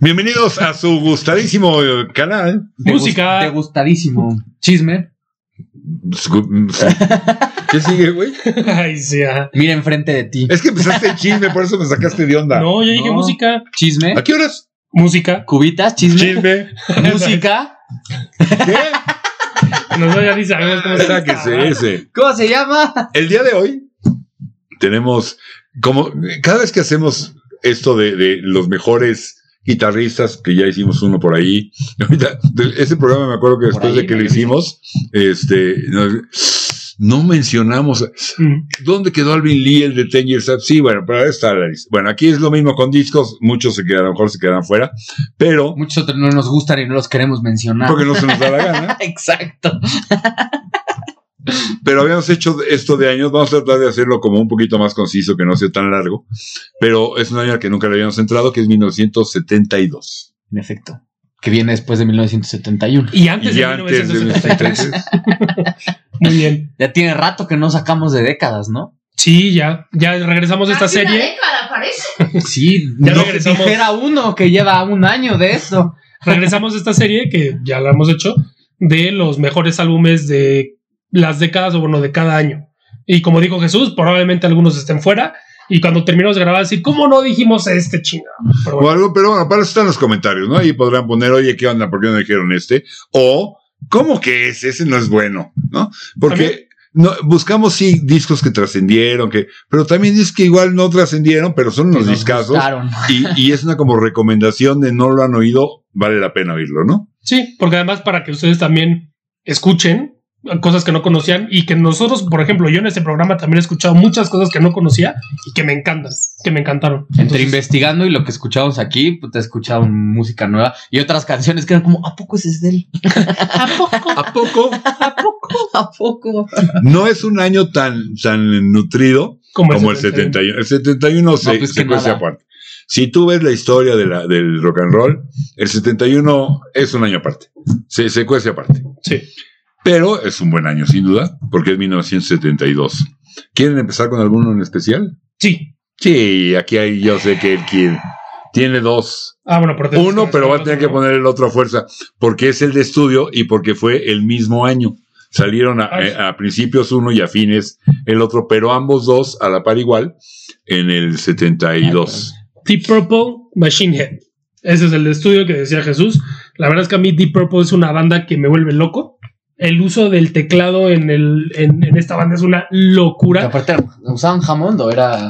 Bienvenidos a su gustadísimo canal. Te gust- Música. Te gustadísimo. Chisme. ¿Qué sigue, güey? Ay, sí, ajá. Mira enfrente de ti. Es que empezaste el chisme, por eso me sacaste de onda. No, yo dije No. música. Chisme. ¿A qué horas? Música. Cubitas, chisme. Chisme. Música. ¿Qué? Nos vaya ni sabemos Ah, cómo se Sáquese ese. ¿Cómo se llama? El día de hoy tenemos, como cada vez que hacemos esto de, de los mejores guitarristas, que ya hicimos uno por ahí, ahorita, de- ese programa me acuerdo que después ahí, de que lo ¿no? hicimos, este, nos- no mencionamos, Mm. ¿dónde quedó Alvin Lee, el de Ten Years Up? Sí, bueno, pero ahí está la lista. Bueno, aquí es lo mismo con discos, muchos se quedan, a lo mejor se quedan fuera, pero Muchos otros no nos gustan y no los queremos mencionar. porque no se nos da la gana. Exacto. pero habíamos hecho esto de años, vamos a tratar de hacerlo como un poquito más conciso, que no sea tan largo, pero es un año al que nunca le habíamos entrado, que es 1972. En efecto. Que viene después de 1971. Y antes y de antes de 1973. 1973, Muy bien. Ya tiene rato que no sacamos de décadas, ¿no? Sí, ya. Ya regresamos a esta Casi una serie. década, parece. Sí, Ya no regresamos. dijera uno que lleva un año de eso. Regresamos a esta serie que ya la hemos hecho de los mejores álbumes de las décadas o bueno, de cada año. Y como dijo Jesús, probablemente algunos estén fuera. Y cuando terminamos de grabar, decir, ¿cómo no dijimos este chingado? Pero o bueno, algo, pero bueno, para eso están los comentarios, ¿no? Ahí podrán poner, oye, ¿qué onda? ¿Por qué no dijeron este? O, ¿cómo que es? Ese no es bueno, ¿no? Porque no, buscamos, sí, discos que trascendieron, que, pero también discos que igual no trascendieron, pero son unos Que nos discazos. gustaron. Y, y es una como recomendación de no lo han oído, vale la pena oírlo, ¿no? sí, porque además para que ustedes también escuchen cosas que no conocían y que nosotros, por ejemplo, yo en este programa también he escuchado muchas cosas que no conocía y que me encantan, que me encantaron. Entre Entonces, investigando y lo que escuchamos aquí, pues, te escucharon música nueva y otras canciones que eran como, ¿a poco ese es de él? ¿A poco? ¿A poco? ¿A poco? ¿A poco? No es un año tan, tan nutrido como, como el 71. El 71 se, pues se que cuece nada. aparte. Si tú ves la historia de la- del rock and roll, el 71 es un año aparte. Se, se cuece aparte. Sí. Pero es un buen año, sin duda, porque es 1972. ¿Quieren empezar con alguno en especial? Sí. Sí, aquí hay, yo sé que él quiere. Tiene dos. Ah, bueno, por Uno, pero va a tener que poner el otro a fuerza, porque es el de estudio y porque fue el mismo año. Salieron a, eh, Ay. a- a principios uno y a fines el otro, pero ambos dos a la par igual en el 72. Deep Purple Machine Head. Ese es el estudio que decía Jesús. La verdad es que a mí Deep Purple es una banda que me vuelve loco. El uso del teclado en, el, en, en esta banda es una Que locura. aparte, ¿usaban jamondo? Era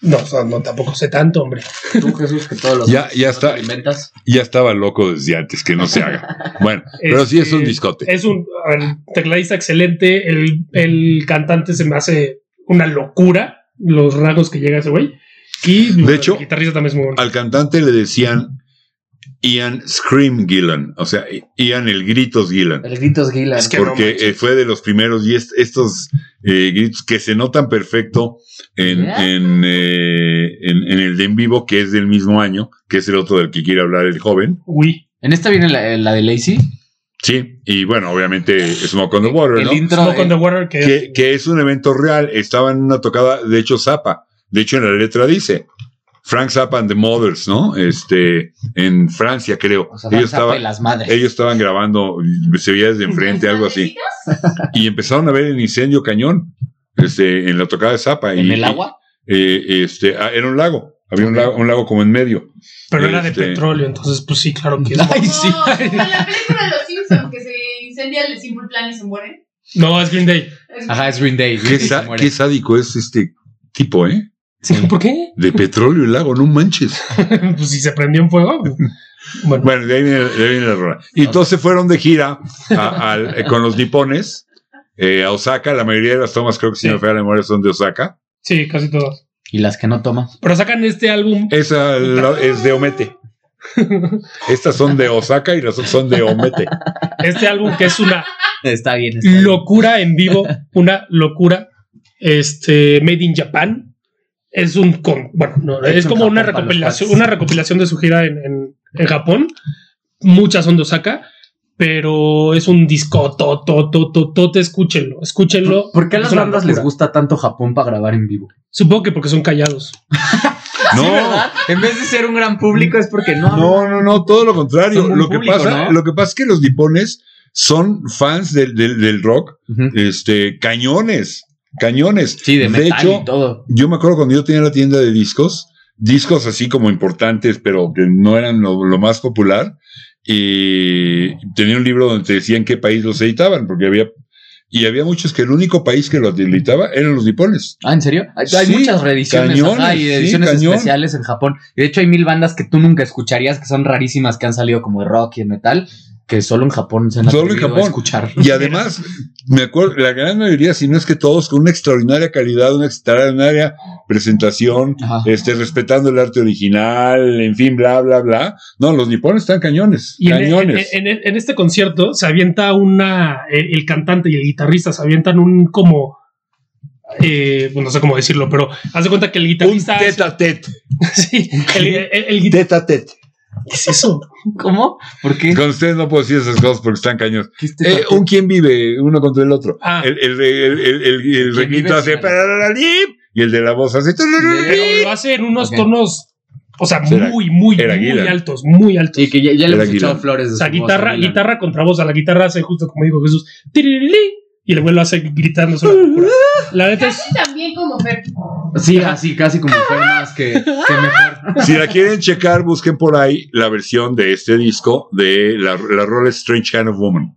No, o sea, no, tampoco sé tanto, hombre. tú, Jesús, que todos los Ya- ya los está. alimentas. Ya estaba loco desde antes, que no se haga. Bueno, pero sí es un Este, discote. Es un a ver, tecladista excelente. El, el cantante se me hace una locura. Los rasgos que llega ese güey. Y De el hecho, guitarrista también es muy bueno. Al cantante le decían Ian Scream Gillan, o sea, Ian el Gritos Gillan. El grito es guila. Es que- no porque manches. eh, fue de los primeros y est- estos eh, gritos que se notan perfecto en, Ya. en, eh, en- en el de en vivo, que es del mismo año, que es el otro del que quiere hablar el joven. Uy, En esta viene la, eh, la de Lacey. Sí, y bueno, obviamente Smoke on the Water, el ¿no? intro. Smoke on the eh, Water que, Que, que es un evento real. Estaba en una tocada, de hecho, Zappa. De hecho, en la letra dice Frank Zappa and the Mothers, ¿no? Este, en Francia, creo. o sea, ellos, Franz Zappa estaban, y las madres. ellos estaban grabando, se veía desde enfrente, algo así. y empezaron a ver el incendio cañón este, en la tocada de Zapa. en el agua. este, ah, era un lago. Había un lago, un lago como en medio. pero era de este- petróleo. Entonces, pues sí, claro que es Ay, Sí. sí. Como en la película de los Simpsons que se incendia el Simple Plan y se mueren. No, es Green Day. Es- Ajá, es Green Day. Qué, Green Day sa- se muere. qué sádico es este tipo, ¿eh? ¿Por qué? De petróleo y lago, no manches. pues si se prendió en fuego. pues. Bueno, Bueno, de ahí viene, de ahí viene la rola. Y entonces fueron de gira a- al- eh, con los nipones eh, a Osaka. La mayoría de las tomas, creo que si Sí. no me falla la memoria, son de Osaka. sí, casi todas. Y las que no tomas. Pero sacan este álbum. Esa la- es de Omete. Estas son de Osaka y las otras son de Omete. Este álbum que es una Está bien. está bien. locura en vivo. Una locura. Este, Made in Japan. Es un. con- bueno, no, Hecho es en como Japón una para los recopilación, fans. una recopilación de su gira en, en- en Japón. Muchas son de Osaka. Pero es un disco. To, escúchenlo. Escúchenlo. ¿Por qué a las Es una bandas locura. les gusta tanto Japón para grabar en vivo? Supongo que porque son callados. Sí, No. ¿verdad? En vez de ser un gran público es porque no. No, no, no, todo lo contrario. Son un Lo que, público, pasa, ¿no? lo que pasa es que los nipones son fans del, del- del rock, Ujú. este, cañones, cañones. Sí, de metal hecho, y todo. yo me acuerdo cuando yo tenía la tienda de discos, discos así como importantes, pero que no eran lo, lo más popular. Y tenía un libro donde te decían qué país los editaban, porque había. Y había muchos que el único país que los editaba eran los nipones. Ah, ¿en serio? Hay, hay Sí, muchas reediciones cañones, ajá, y sí, ediciones cañón. especiales en Japón. Y de hecho hay mil bandas que tú nunca escucharías, que son rarísimas, que han salido como de rock y de metal, que solo en Japón se han Solo en atrevido a Japón. escuchar. Y además, me acuerdo, la gran mayoría, si no es que todos, con una extraordinaria calidad, una extraordinaria presentación, Ajá. este, respetando el arte original, en fin, bla, bla, bla. No, los nipones están cañones, Y en, cañones. en- en- en este concierto se avienta una. El, el cantante y el guitarrista se avientan un como. eh, no sé cómo decirlo, pero haz de cuenta que el un guitarrista. tete a tete, Sí, el, el, el guitar- tete a tete. ¿Qué es eso? ¿Cómo? ¿Por qué? Con ustedes no puedo decir esas cosas porque están cañones. ¿Qué es Eh, un quién vive, uno contra el otro. Ah. El, el, el, el, el- el ¿Quién requinto vive? hace pararararip, y el de la voz hace. Pero lo hace en unos Ok. tonos. O sea, Era- muy, muy, era muy Gillan. altos, muy altos. Sí, que ya, ya le Era hemos echado Guilán. flores de O sea, su voz, guitarra, Guilán. guitarra contra voz. A la guitarra hace justo como dijo Jesús. tiririli, Y el güey lo hace gritando. Es una locura. La neta es. Casi también como Fer. Sí, así, casi como fue más que, que mejor. Si la quieren checar, busquen por ahí la versión de este disco de la, la rola Strange Kind of Woman.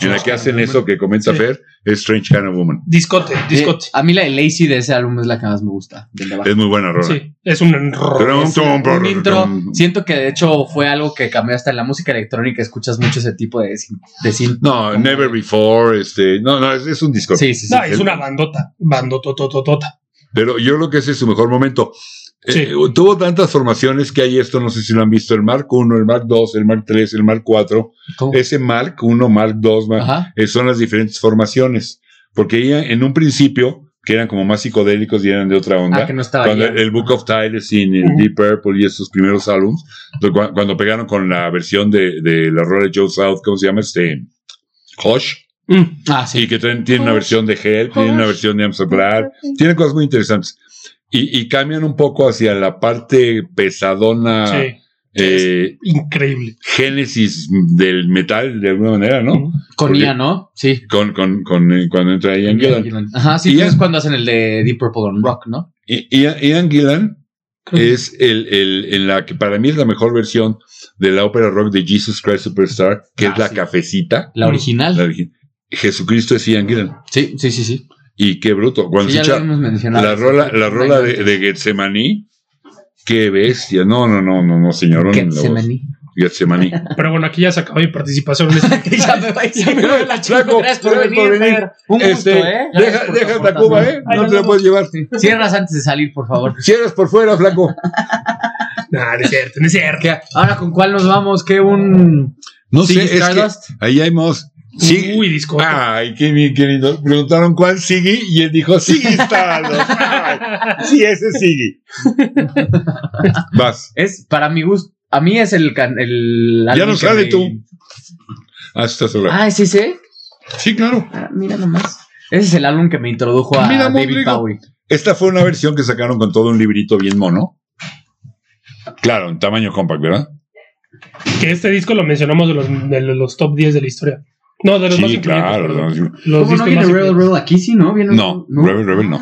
En la que hacen eso que comenta Sí. Fer, Strange Kind of Woman. Discote, discote. Eh, a mí la de Lazy de ese álbum es la que más me gusta. del de abajo. Es muy buena rola. Sí, es un ro- Pero- Es un, un intro. Siento que de hecho fue algo que cambió hasta en la música electrónica. Escuchas mucho ese tipo de, sin- de sin- No, Never Before, este, no, no, es, es un disco. Sí, sí, sí. No, es una bandota, bandotototota. Pero yo creo que ese es su mejor momento. Sí. Eh, tuvo tantas formaciones que hay esto, no sé si lo han visto, el Mark 1, el Mark 2, el Mark 3, el Mark 4. Oh. ¿Cómo? Ese Mark 1, Mark 2, Mark, Ajá. eh, son las diferentes formaciones. Porque ella, en un principio, que eran como más psicodélicos y eran de otra onda, Ah, que no estaba cuando ahí. el, el Book of Tiles y el Ujú. Deep Purple y esos primeros álbums, lo cua- cuando pegaron con la versión de, de la rola de Joe South, ¿cómo se llama? Este, Hush, Mm, Ah, y sí. que traen- tienen una Hush. versión de Help, tienen una Hush. versión de Amsterdam, tienen cosas muy interesantes. Y, y cambian un poco hacia la parte pesadona, sí, eh, increíble. génesis del metal, de alguna manera, ¿no? Mm. Con porque- IA, ¿no? Sí. Con, con, con, eh, cuando entra Ian Gillan. Ajá, sí, Ian- es cuando hacen el de Deep Purple on Rock, ¿no? I- Ian, Ian Gillan Creo que- es el, el- en la que para mí es la mejor versión de la ópera rock de Jesus Christ Superstar, que Ah, es la sí. cafecita. La Mm. original. La origi- Jesucristo es Ian Gillan. Sí, sí, sí, sí. Y qué bruto. Cuando Sí, ya lo escucha- hemos mencionado. La rola, la rola de, de Getsemaní. Qué bestia. No, no, no, no, no, señor. Que se Getsemaní. maní. Getsemaní. Pero bueno, aquí ya se acabó mi participación en este. ya me va a ir Ya me voy. la chica. Flaco, Gracias por gracias por venir, venir. Fer. Un gusto, Este, ¿eh? Gracias deja por tu deja aportación. Tacuba, ¿eh? Ay, No te nos la vemos. puedes llevar. Cierras antes de salir, por favor. Cierras por fuera, flaco. nah, no es cierto, no es cierto. ¿Qué? Ahora, ¿con cuál nos vamos? ¿Qué un. No Ziggy sé, es que Stardust? ahí hay mos. Sí. Ah, Uy, disco. Ay, qué, bien, qué lindo. Preguntaron cuál Siggy y él dijo Siggy Stardust. Ay, Sí, ese Siggy. Vas. Es, para mi gusto. A mí es el. can- el Ya álbum no que sale me- tú. Ah, estás sola. Ah, ¿es ese? Sí, claro. Ah, Mira nomás. Ese es el álbum que me introdujo a Mira, David Rodrigo. Bowie. Esta fue una versión que sacaron con todo un librito bien mono. Claro, en tamaño compact, ¿verdad? Que este disco lo mencionamos de los, de los top 10 de la historia. No, de los más Sí, incluyentes. claro. perdón. no, ¿Cómo no Los viene discos más Rebel incluyentes. Rebel aquí? Sí, ¿no? Ah. Viene- No, Rebel Rebel no.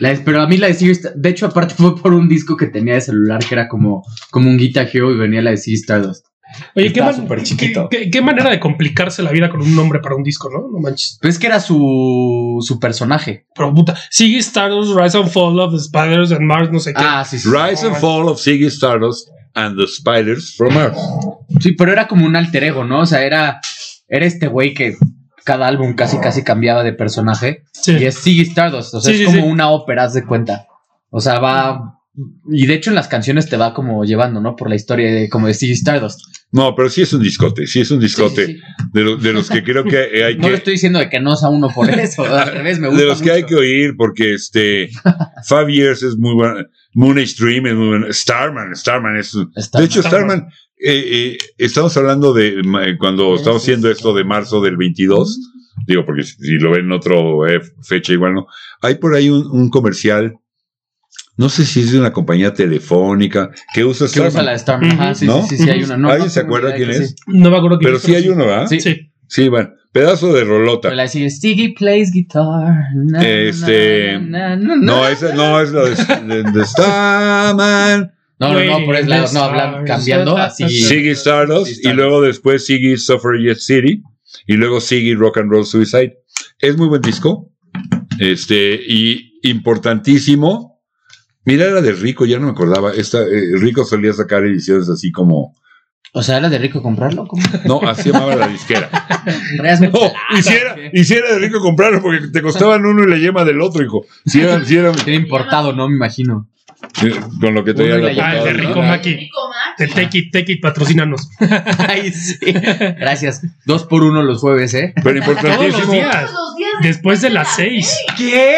La de- pero a mí la de Sears, de hecho, aparte fue por un disco que tenía de celular que era como, como un Guitar Hero y venía la de Sea Stardust. Oye, qué, Estaba man- súper chiquito. qué- qué- qué manera de complicarse la vida con un nombre para un disco, ¿no? No manches. Pero es que era su, su personaje. Pero puta. Sigue Stardust, Rise and Fall of the Spiders and Mars, no sé qué. Ah, sí, sí. Rise and Fall of Ziggy Stardust and the Spiders from Earth. Sí, pero era como un alter ego, ¿no? O sea, era, era este güey que cada álbum casi casi cambiaba de personaje. Sí. Y es Ziggy Stardust, o sea, Sí, es sí, como sí. una ópera, haz de cuenta. O sea, va... Y de hecho en las canciones te va como llevando, ¿no? Por la historia de como de Ziggy Stardust. No, pero sí es un discote, sí es un Sí, sí, discote. sí. De, lo- de los que creo que hay No le que, estoy diciendo de que no sea uno por eso, al revés, me gusta de los que, hay mucho. que oír, porque este Five Years es muy bueno, Moon Age Dream es muy bueno, Starman, Starman es un- Está de hecho, Starman. Starman, eh, eh, estamos hablando de ma- eh, cuando Sí, estamos sí, haciendo sí. esto de marzo del 22, digo, eh, porque si, si lo ven en otra fecha igual no, hay por ahí un, un comercial no sé si es de una compañía telefónica que usa Que usa Starman, la de Starman. Ujú. Ajá, sí, ¿no? sí, sí, sí, hay una. No, ¿Alguien no se tengo acuerda idea de quién que es? sí. No me acuerdo quién Pero es, sí hay uno, ¿verdad? Sí. Sí. Sí, bueno, pedazo de rolota. Pero la sigue Stiggy plays guitar. Na, na, Este, na, na, na, na. No, esa no es la de, de- de Starman. No, no, no, Waiting por in ese lado, the no, hablan stars. cambiando así. Siggy Stardust Sí, y luego después Siggy Suffragette City y luego Siggy Rock and Roll Suicide. Es muy buen disco. Este, y importantísimo. Mira, era de Rico, ya no me acordaba. Esta, eh, Rico solía sacar ediciones así como. O sea, era de rico comprarlo. ¿Cómo? No, así llamaba la disquera. Oh, Traías mucha No, lana, hiciera, ¿qué? hiciera de rico comprarlo porque te costaban uno y la yema del otro, hijo. Si eran, si eran Era importado, ¿no? Me imagino. eh, con lo que traía Uno la y la yema portada, del ¿no? Rico Maki. Rico Maki. Te Take It, Take It, patrocínanos. Ay, sí. Gracias. Dos por uno los jueves, ¿eh? Pero Todos los importantísimo. Todos días. los días Después de las seis. ¿Qué?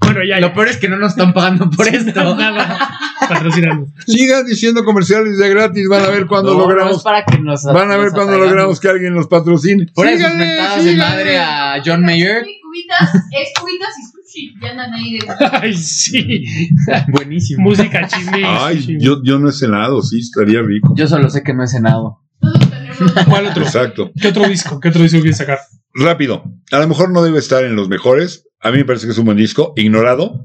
Bueno, ya, Lo ya. peor es que no nos están pagando por esto. Nada. Patrocínanos. Sigan diciendo comerciales de gratis, van a ver cuando No, no logramos. es para que nos Van a ver nos cuando atacamos. logramos que alguien los patrocine. Por eso sus Síganle, mentadas de síganle. madre a John Mayer. Cubitas, es cubitas y sushi. Ya andan ahí de. Ay, sí. Buenísimo. Música chisme. Ay, yo, yo no he cenado, sí, estaría rico. Yo solo sé que no he cenado. Todos tenemos. ¿Cuál otro? Exacto. ¿Qué otro disco? ¿Qué otro disco quieres sacar? Rápido. A lo mejor no debe estar en los mejores. A mí me parece que es un buen disco. Ignorado.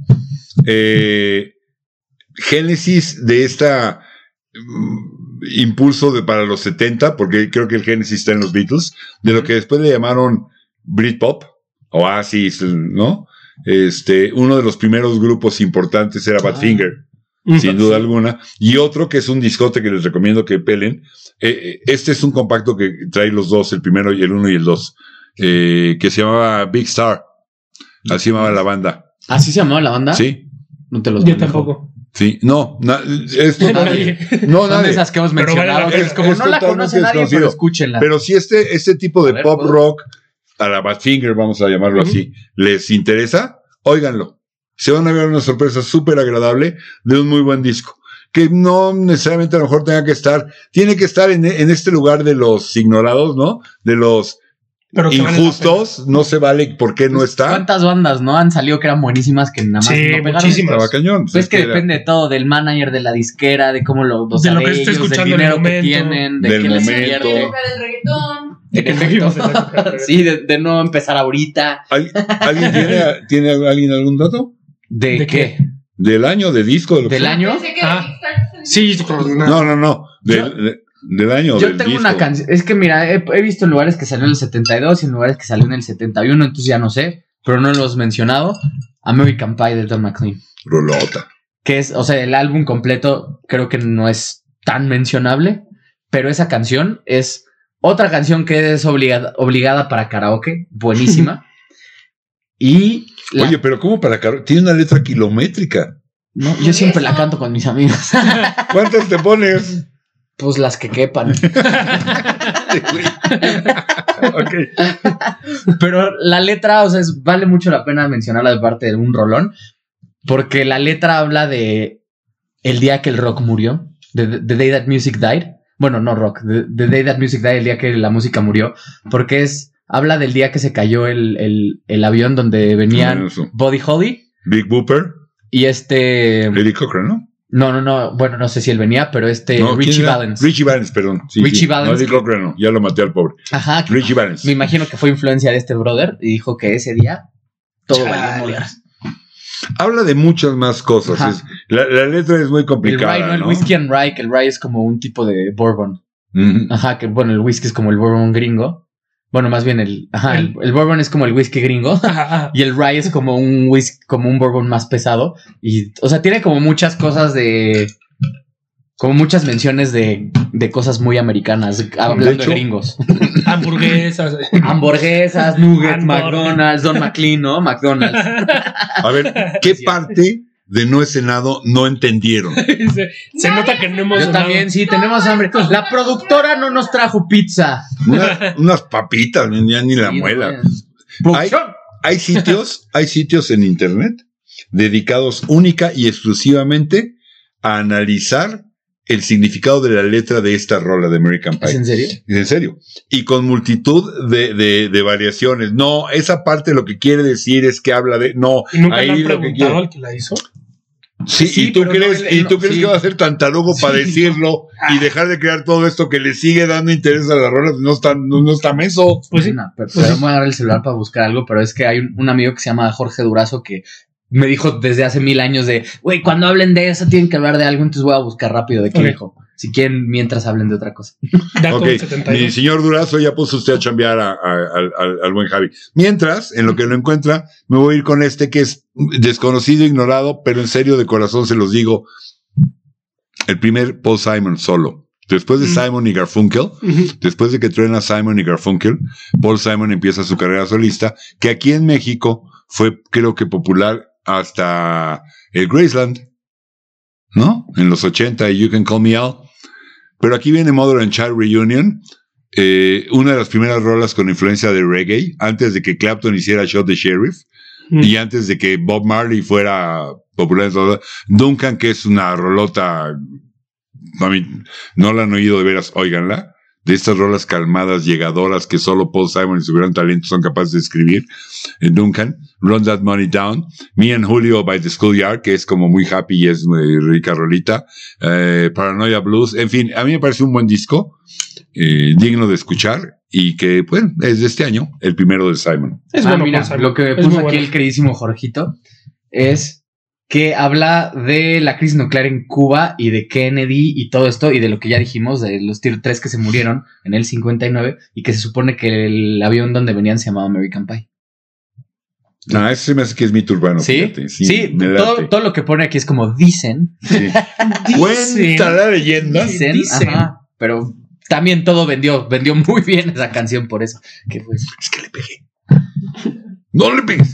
Eh, Génesis de esta mm, impulso de, para los 70, porque creo que el Génesis está en los Beatles, de lo que después le llamaron Britpop, Oasis, ¿no? Este, uno de los primeros grupos importantes era Badfinger. Ah. sin duda alguna. Y otro que es un discote que les recomiendo que pelen. Eh, eh, este es un compacto que trae los dos, el primero y el uno y el dos, eh, que se llamaba Big Star. Así llamaba la banda. ¿Así se llamaba la banda? Sí, No te los Yo manejo. tampoco. sí. No, na- es Nadie. total- no, Son de nadie. esas que hemos Pero vale mencionado. la que pena. es como Es no la totalmente conoce nadie, pero desconocido. escúchenla. Pero si este, este tipo de Ah. A ver, pop ¿puedo? rock, a la Badfinger, vamos a llamarlo Ujú. así, les interesa, óiganlo. Se van a ver una sorpresa súper agradable de un muy buen disco. Que no necesariamente a lo mejor tenga que estar, tiene que estar en, en este lugar de los ignorados, ¿no? De los Pero que vale la injustos, no se vale por qué Pues, no está. ¿Cuántas bandas no han salido que eran buenísimas que nada más Sí, no pegaron? muchísimas. Estaba cañón. Pues es que Era depende de todo, del manager, de la disquera, de cómo lo, o De sea, lo que de se esté ellos, del escuchando en el dinero que momento. tienen, de Del quién les momento. Momento. invierte. del reggaetón. pena. En Que vivimos en efecto. la época del Sí, de, de no empezar ahorita. ¿Al- ¿Alguien tiene, tiene alguien algún dato? ¿De, ¿De qué? ¿Del año, de disco? De lo que ¿Del sea? año? Pensé que Ah. era- Sí, yo creo que no. No, no, no. Del, de- del año. Yo del tengo una disco. canción. Es que mira, he, he visto en lugares que salió en el 72 y en lugares que salió en el 71, entonces ya no sé, pero no los he mencionado. American Pie de Don McLean. Rolota. Que es, o sea, el álbum completo creo que no es tan mencionable, pero esa canción es otra canción que es obligada, obligada para karaoke, buenísima. y la- Oye, pero ¿cómo para Carol? Tiene una letra kilométrica. no, yo siempre la Eso. canto con mis amigos. ¿Cuántas te pones? pues las que quepan. Ok. Pero la letra, o sea, es- vale mucho la pena mencionarla de parte de un rolón, porque la letra habla de el día que el rock murió, de the, the day that music died. Bueno, no rock, the, the day that music died, el día que la música murió, porque es habla del día que se cayó el, el- el avión donde venían Ah, Eso. Body Holly Big Booper, y este. Eddie Cochran, ¿no? No, no, no, bueno, no sé si él venía, pero este No, ¿quién Richie era? Valens. Richie Valens, perdón. Sí, Richie sí. Valens. No, Eddie Cochran, no. Ya lo maté al pobre. Ajá, que Richie Valens. me imagino que fue influencia de este brother y dijo que ese día todo valió Chale. moler. Habla de muchas más cosas. Ajá. Es- la, la letra es muy El complicada. rye, ¿no? El ¿no? whisky and rye, que el rye es como un tipo de bourbon. Ujú. Ajá, que bueno, el whisky es como el bourbon gringo. Bueno, más bien el, ajá, el, El- el bourbon es como el whisky gringo. Ajá, ajá. Y el rye es como un whisky, como un bourbon más pesado. Y, o sea, tiene como muchas cosas de. Como muchas menciones de, de cosas muy americanas, hablando de, hecho- gringos. Hamburguesas. Hamburguesas, nuggets, Hamburger. McDonald's, Don McLean, ¿no? McDonald's. A ver, ¿qué Sí. parte de no he cenado no entendieron? se se nota que no hemos Yo sonado. también, sí, tenemos hambre. La productora no nos trajo pizza. Una- unas papitas, ni- ya ni la Sí, no, muela. eh. Producción. hay sitios, hay sitios en internet dedicados única y exclusivamente a analizar el significado de la letra de esta rola de American ¿Es Pie. en serio? En serio. Y con multitud de, de- de variaciones. No, esa parte lo que quiere decir es que habla de. No, ¿Y nunca ahí le han lo que preguntado quiere. al que la hizo? Sí, Sí, y tú pero no crees, es- y tú no, crees sí. que va a ser tan tarugo para Sí. Ah. decirlo y dejar de crear todo esto que le sigue dando interés a las rolas. No está, no, no está meso. Pues sí. No, pero, Pues pero sí. voy a agarrar el celular para buscar algo, pero es que hay un, un amigo que se llama Jorge Durazo que me dijo desde hace mil años de, güey, cuando hablen de eso tienen que hablar de algo, entonces voy a buscar rápido de qué Ok. dijo. Si quieren, mientras hablen de otra cosa. Dato Ok, del mi 72. señor Durazo ya puso usted a chambear a- a- al- al- al buen Javi. Mientras, en lo que lo encuentra, me voy a ir con este que es desconocido, ignorado, pero en serio de corazón se los digo. El primer Paul Simon solo. Después de Mm. Simon y Garfunkel, Ujú. después de que truena Simon y Garfunkel, Paul Simon empieza su carrera solista, que aquí en México fue, creo que, popular hasta el Graceland, ¿no? En los 80, y You Can Call Me Out. Pero aquí viene Mother and Child Reunion, eh, una de las primeras rolas con influencia de reggae, antes de que Clapton hiciera Shot the Sheriff y antes de que Bob Marley fuera popular en todo- Duncan, que es una rolota, a mí no la han oído de veras, óiganla, de estas rolas calmadas, llegadoras, que solo Paul Simon y su gran talento son capaces de escribir, eh, Duncan, Run That Money Down, Me and Julio by the Schoolyard, que es como muy happy y es muy rica rolita, eh, Paranoia Blues, en fin, a mí me parece un buen disco, eh, digno de escuchar, y que, bueno, es de este año, el primero de Simon. Es Ah, bueno mira, Paul Simon. lo que me Es puso muy aquí bueno. el queridísimo Jorgito es que habla de la crisis nuclear en Cuba y de Kennedy y todo esto y de lo que ya dijimos de los tier 3 que se murieron en el 59 y que se supone que el avión donde venían se llamaba American Pie. Ah, ese se me hace que es mi turbano. sí, fíjate, sí, me todo, late. todo lo que pone aquí es como dicen, Sí. Cuenta la leyenda. Dicen. dicen, ajá, pero también todo vendió, vendió muy bien esa canción por eso. Que pues, Es que le pegué. No le pegues.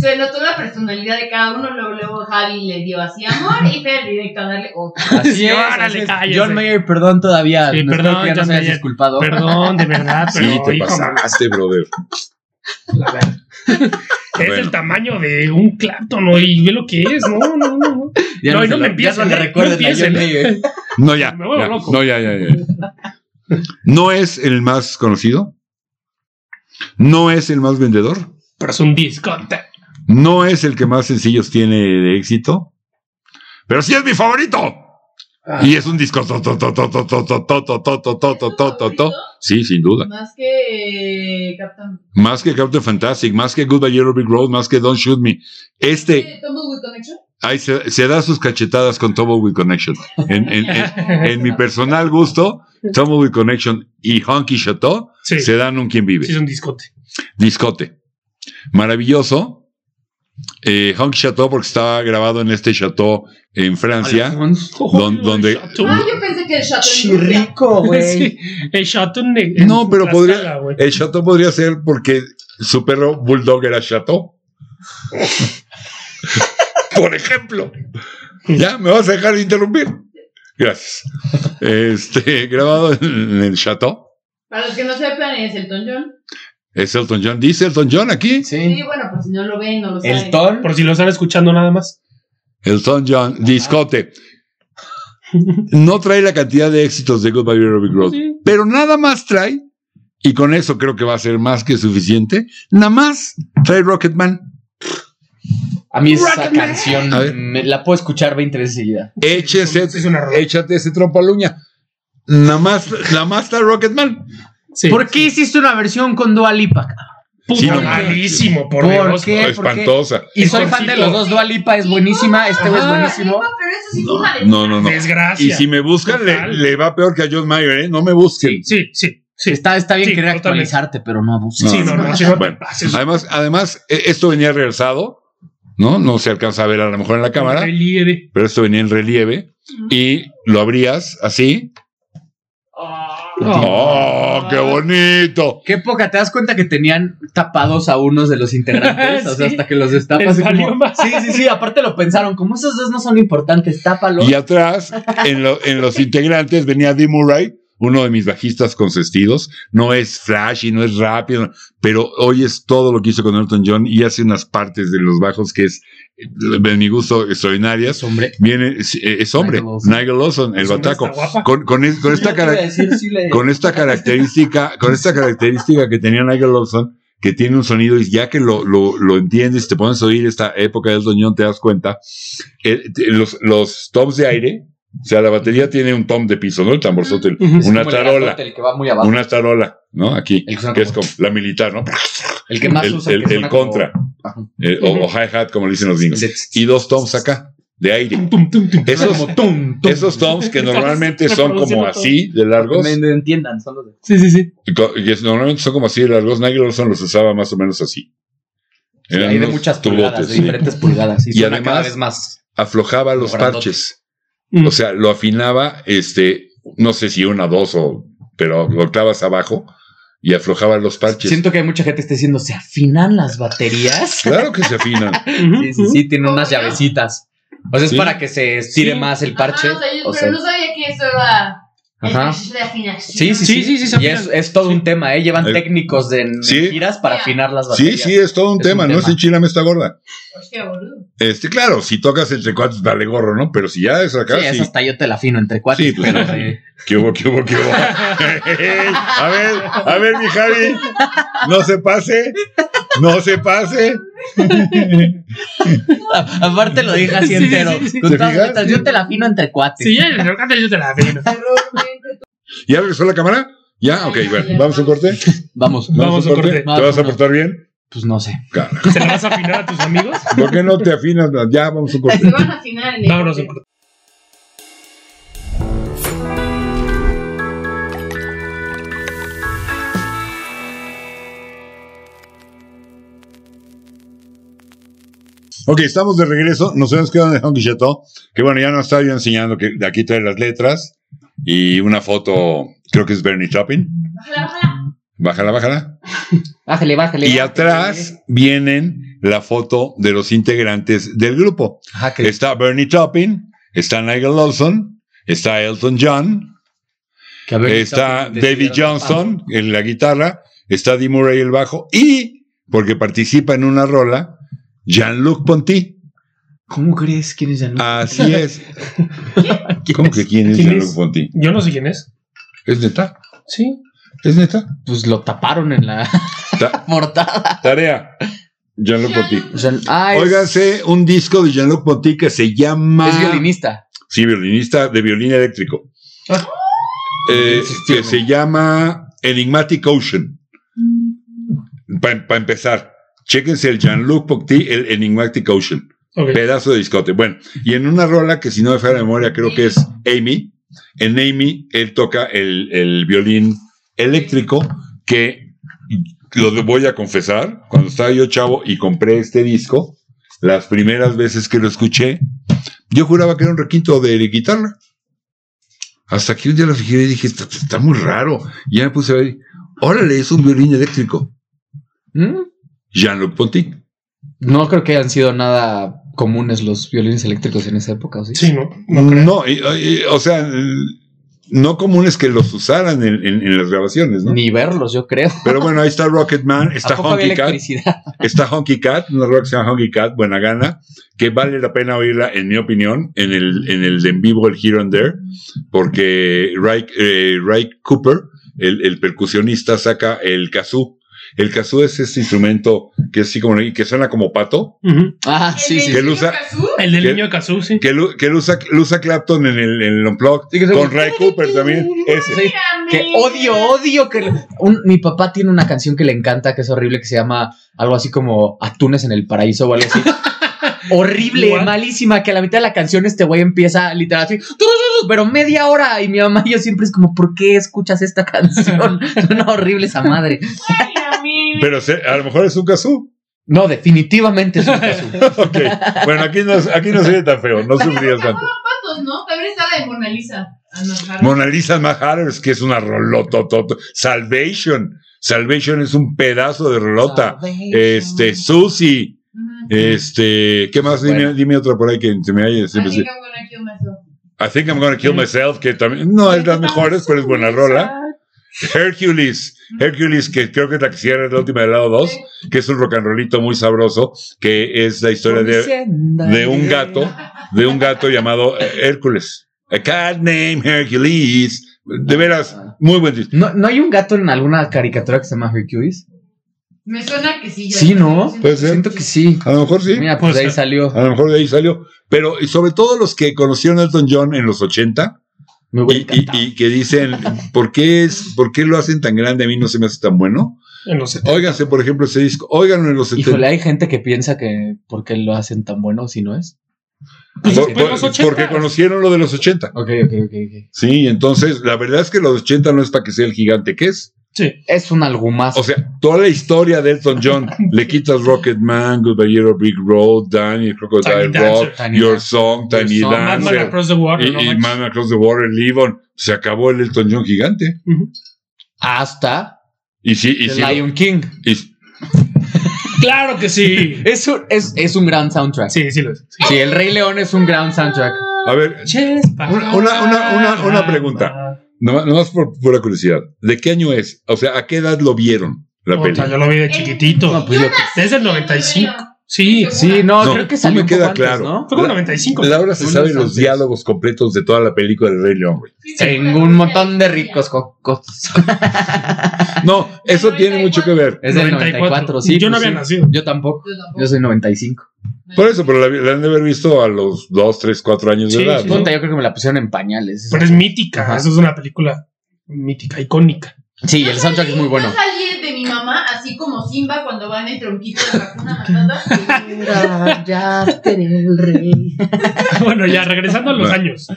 Se notó la personalidad de cada uno, luego, luego Javi le dio así amor y Fer directo a darle oh, otro. así Sí, es, órale, así es. cállese. John Mayer, perdón todavía, Sí, no espero perdón, que ya John nos hayas Mayer. disculpado. Perdón, de verdad, pero Sí, te hijo, pasaste, brother. la verdad. es Bueno. el tamaño de un clapton, ¿no? y ve lo que es, no, no, no. Ya No, se y no lo- me ya empiecen, no le eh, no recuerden a John empiecen. Mayer. No, ya. Me vuelvo ya. loco. No, ya, ya, ya. No es el más conocido. No es el más vendedor. Pero es un discote. No es el que más sencillos tiene de éxito. Pero sí es mi favorito. Y es un disco. to, to, to, to, to, to, to, to, to, to, to, to, to, to, to, to. Sí, sin duda. Más que eh, Captain. Más que Captain Fantastic, más que Goodbye Yellow Brick Road, más que Don't Shoot Me. Este, Eh, Tumbleweed Connection. ahí se, se da sus cachetadas con Tumbleweed Connection. En, en- en- en mi personal gusto, Tumbleweed Connection y Honky Chateau Sí, se dan un quien vive. sí es un discote. Discote. Maravilloso. Eh, Honky Chateau, porque estaba grabado en este chateau en Francia. Don- donde- Ah, yo pensé que el Chateau en Rusia. Chirrico, güey. Sí, el chato en, No, pero podría- Tlaxcala, güey. El chateau podría ser porque su perro Bulldog era chateau. Por ejemplo. Ya, me vas a dejar de interrumpir. Gracias. Este, grabado en el chateau. Para los que no sepan, es el Elton John. Es Elton John. Dice Elton John aquí. Sí, Sí. bueno, pues si no lo ven, no lo saben. El ton. Por si lo están escuchando nada más. Elton John, discote. No trae la cantidad de éxitos de Goodbye Yellow Brick Road, Sí. pero nada más trae, y con eso creo que va a ser más que suficiente, nada más trae Rocketman. A mí esa Rocketman. canción A ver. me la puedo escuchar 20 veces seguida. Échese, Es una rola. échate ese trompo a la uña. Nada más, nada más trae Rocketman. Sí. qué hiciste una versión con Dua Lipa? Puta, Sí, no, malísimo, por, ¿Por Dios. qué? ¿Por Espantosa. Y El soy fan corcito. de los dos. Dua Lipa es buenísima, este güey es Ajá. buenísimo. Flipa, Pero eso sí fue No, no, una no. no. Y Desgracia. si me buscan, le, Total. le va peor que a John Mayer, ¿eh? No me busquen. Sí, sí, sí. Está, está bien Sí, querer totalmente. actualizarte, pero no abuses. Sí, No, no, no, no, sí, no. Bueno, Ah, sí, sí. además, además, e- esto venía realzado, ¿no? No se alcanza a ver a lo mejor en la cámara. Relieve. pero esto venía en relieve y lo abrías así. Ah. ¡Oh, qué bonito! Qué poca, ¿te das cuenta que tenían tapados a unos de los integrantes? O sea, Sí. hasta que los destapas. Les y como- valió más. Sí, sí, sí, aparte lo pensaron, como esos dos no son importantes, tápalos. Y atrás, en, lo- en los integrantes, venía Dee Murray, uno de mis bajistas consentidos. No es flashy, no es rápido, pero hoy es todo lo que hizo con Elton John y hace unas partes de los bajos que es, de mi gusto, extraordinarias. hombre. Viene, es, es hombre, Nigel Lawson. Nigel Lawson, el Esa hombre bataco. está guapa. Con, con es- con esta cara. Yo te iba a decir, sí le- con esta característica, con esta característica que tenía Nigel Lawson, que tiene un sonido y ya que lo, lo, lo entiendes, te pones a oír esta época del doñón, te das cuenta, eh, te- los, los toms de aire, o sea, la batería tiene un tom de piso, ¿no? El tamborzote, el- Ujú. Es una como el tarola, gatote, El que va muy abajo. una tarola, ¿no? Aquí, El que suena que es como la militar, ¿no? el que más el- usa. el- el suena como- contra. Ajá. Eh, o Ujú. o hi-hat, como le dicen los gringos. El de- Y dos toms acá, de aire. Tum, tum, tum, tum. Esos, Suena como tum, tum. esos toms que normalmente son como Reproduciendo así, de Que largos, me me entiendan, son los de- Sí, sí, sí. y co- y es- normalmente son como así de largos, Nigel Olson los usaba más o menos así. Eran Hay de unos muchas tubotes, pulgadas, de sí. diferentes pulgadas. Y, Y suena cada además- vez más. Aflojaba los Grandote. parches. Mm. O sea, lo afinaba, este, no sé si una, dos, o, pero octavas abajo y aflojaba los parches. Siento que hay mucha gente que está diciendo, ¿se afinan las baterías? Claro que se afinan. Ujú, Sí, sí, ujú. sí, tiene unas llavecitas. O sea, es Sí. para que se estire Sí. más el parche. Ajá, o sea, yo- o pero sea, no sabía que eso era el Ajá. proceso de afinación. Sí, sí, sí. Sí, sí, sí, se y afinan. es, es todo Sí. un tema, ¿eh? Llevan El- técnicos de, de Sí. giras para afinar las Sí, baterías. sí, es todo un Es un tema, ¿no? tema. Si China me está gorda. Hostia, Pues boludo. Este, claro, si tocas entre cuatro, dale gorro, ¿no? Pero si ya es acá, Sí, sí. esa hasta yo te la afino entre cuatro. Sí, pues, pero, no. eh, ¿Qué hubo, qué hubo, qué hubo? a ver, a ver, mi Javi. No se pase. No se pase. a- aparte lo dije así Sí, sí, entero. sí, sí. Con ¿Te todas fijas? letras, yo te la afino entre cuatro. Sí, ya, yo creo que yo te la veo. ¿Ya regresó la cámara? ¿Ya? Ok, bueno. ¿Vamos a un corte? Vamos. Vamos a un corte. ¿Te vas a portar bien? Pues no sé. Carajo. ¿Se la vas a afinar a tus amigos? ¿Por qué no te afinas? Ya, vamos a un corte. Se van a afinar en el. Vámonos. de corte. Ok, estamos de regreso. Nos hemos quedado en el Honky Chateau. Que bueno, ya nos estaba yo enseñando que de aquí trae las letras y una foto, creo que es Bernie Taupin. Bájala, bájala. Bájala, bájala. Bájale, bájale. Y bájale. atrás vienen la foto de los integrantes del grupo. Ajá, que- Está Bernie Taupin, está Nigel Lawson, está Elton John, que "Ah, a ver, está decidieron- David Johnston en la guitarra, está Dee Murray el bajo y, porque participa en una rola, Jean-Luc Ponty. ¿Cómo crees quién es Gianluca? Así es. ¿Cómo que quién es ¿Quién Jean-Luc es? Ponty? Yo no sé quién es. ¿Es neta? Sí. ¿Es neta? Pues lo taparon en la Ta- portada. tarea. Jean-Luc Ponty. O sea, ah, es- Óiganse un disco de Jean-Luc Ponty que se llama... es violinista. Sí, violinista de violín eléctrico. Ah. Eh, que Insistirme. se llama Enigmatic Ocean. Para empezar, chéquense el Jean-Luc Ponty, el Enigmatic Ocean. Ok. Pedazo de discote. Bueno, y en una rola que si no me falla la memoria, creo que es Amy. En Amy, él toca el, el violín eléctrico que lo voy a confesar, cuando estaba yo chavo y compré este disco, las primeras veces que lo escuché, yo juraba que era un requinto de guitarra. Hasta que un día lo fijé y dije, está, está muy raro. Y ya me puse a ver, órale, es un violín eléctrico. ¿Mm? Jean-Luc Ponty. No creo que hayan sido nada comunes los violines eléctricos en esa época, ¿o sí? Sí, no. No, y- y- o sea, el- no común es que los usaran en, en- en las grabaciones, ¿no? Ni verlos, yo creo. Pero bueno, ahí está Rocketman, ¿A está poco había Honky Cat, electricidad? está Honky Cat, una rola que se llama Honky Cat, buena gana, que vale la pena oírla, en mi opinión, en el, en el de en vivo, el Here and There, porque Ray, eh, Ray Cooper, el, el percusionista, saca el kazoo. El kazoo es este instrumento que es así como, que suena como pato, Ujú. Ah, sí, Que sí. sí. él ¿El usa- Kazoo? El del ¿Qué? niño de Kazoo, sí. que lo, que lo usa, lo usa Clapton en el, en el Unplugged, Sí, que se- con Ray Cooper también, ese. Sí, Mírame. que odio, odio que... le- un- mi papá tiene una canción que le encanta, que es horrible, que se llama algo así como Atunes en el Paraíso o algo así. horrible, What? malísima, que a la mitad de la canción este güey empieza literal así, pero media hora. Y mi mamá y yo siempre es como, ¿por qué escuchas esta canción? Suena horrible esa madre. Mírame. Pero se- a lo mejor es un kazoo. No, definitivamente es un caso. Ok. Bueno, aquí no, aquí no sería tan feo, no sufrías tanto. Patos, ¿no? También está la de Mona Lisa. Ah, no, Harry. Mona Lisa Maharers, que es una rolota. Salvation. Salvation es un pedazo de rolota. Este, Susie. Ujú. Este, ¿qué más? Dime, Bueno. dime otra por ahí que se me haya. se I me- think I'm gonna kill myself. I think I'm gonna kill myself, que también no es las mejores, pero es buena rola. Hercules, Hercules, que creo que es la que cierra es la última del lado 2, que es un rock and rollito muy sabroso, que es la historia de, de un gato, de un gato llamado eh, Hércules. A cat named Hercules. De veras, muy buen disco. ¿No, ¿No hay un gato en alguna caricatura que se llama Hercules? Me suena que sí. ya Sí, ¿no? sé. Puede ser. Siento que sí. A lo mejor sí. Ah, Mira, pues de Puede ahí ser. salió. A lo mejor de ahí salió. Pero y sobre todo los que conocieron a Elton John en los 80 Me y, voy y- y que dicen, ¿por qué, es, ¿por qué lo hacen tan grande? A mí no se me hace tan bueno. En los 70. Óiganse, por ejemplo, ese disco. Óiganlo en los 70. Híjole, hay gente que piensa que por qué lo hacen tan bueno si no es. Pues Por- fue en los por- 80. porque conocieron lo de los 80. Ok, ok, ok, ok. Sí, entonces la verdad es que los 80 no es para que sea el gigante que es. Sí. Es un algumazo. O sea, toda la historia de Elton John, le quitas Rocketman, Goodbye Yellow Brick Road, Danny Crocodile Tiny Rock, Dancer. Tiny Your Dan- Song, Your Tiny Song, Madman Dancer Across the Water. y, no y manches. Man Across the Water, Live On. Se acabó el Elton John gigante. Ujú. Hasta Y sí, y The sí. Lion King. y- Claro que sí. Es un, es, es un gran soundtrack. Sí. Sí, sí lo es. El Rey León es un gran soundtrack. Ah, a ver, Una- una- una- una- una pregunta. nomás, nomás por pura curiosidad. ¿De qué año es? O sea, ¿a qué edad lo vieron la Puta, peli? yo lo vi de chiquitito. No, pues Yo yo- nací desde el en 95. Nueva York. Sí, Sí, no, No, creo que no salió me un queda poco antes, claro. ¿no? fue como 95. Laura se Unos sabe los antes. diálogos completos de toda la película del Rey León. güey. Sí, Tengo un montón de ricos cocos. No, eso tiene mucho que ver. Es del 94, sí. Yo no pues había sí. nacido. Yo tampoco. Yo tampoco. Yo soy 95. Por eso, pero la, vi- la han de haber visto a los 2, 3, 4 años de Sí, edad, sí, ¿no? Puta, yo creo que me la pusieron en pañales. Pero es mítica. Ajá. Eso es una película mítica, icónica. Sí, Yo el soundtrack es salí- muy bueno. Yo salí de mi mamá, así como Simba cuando va en el tronquito de vacuna matata. bueno, ya regresando a los Bueno. años.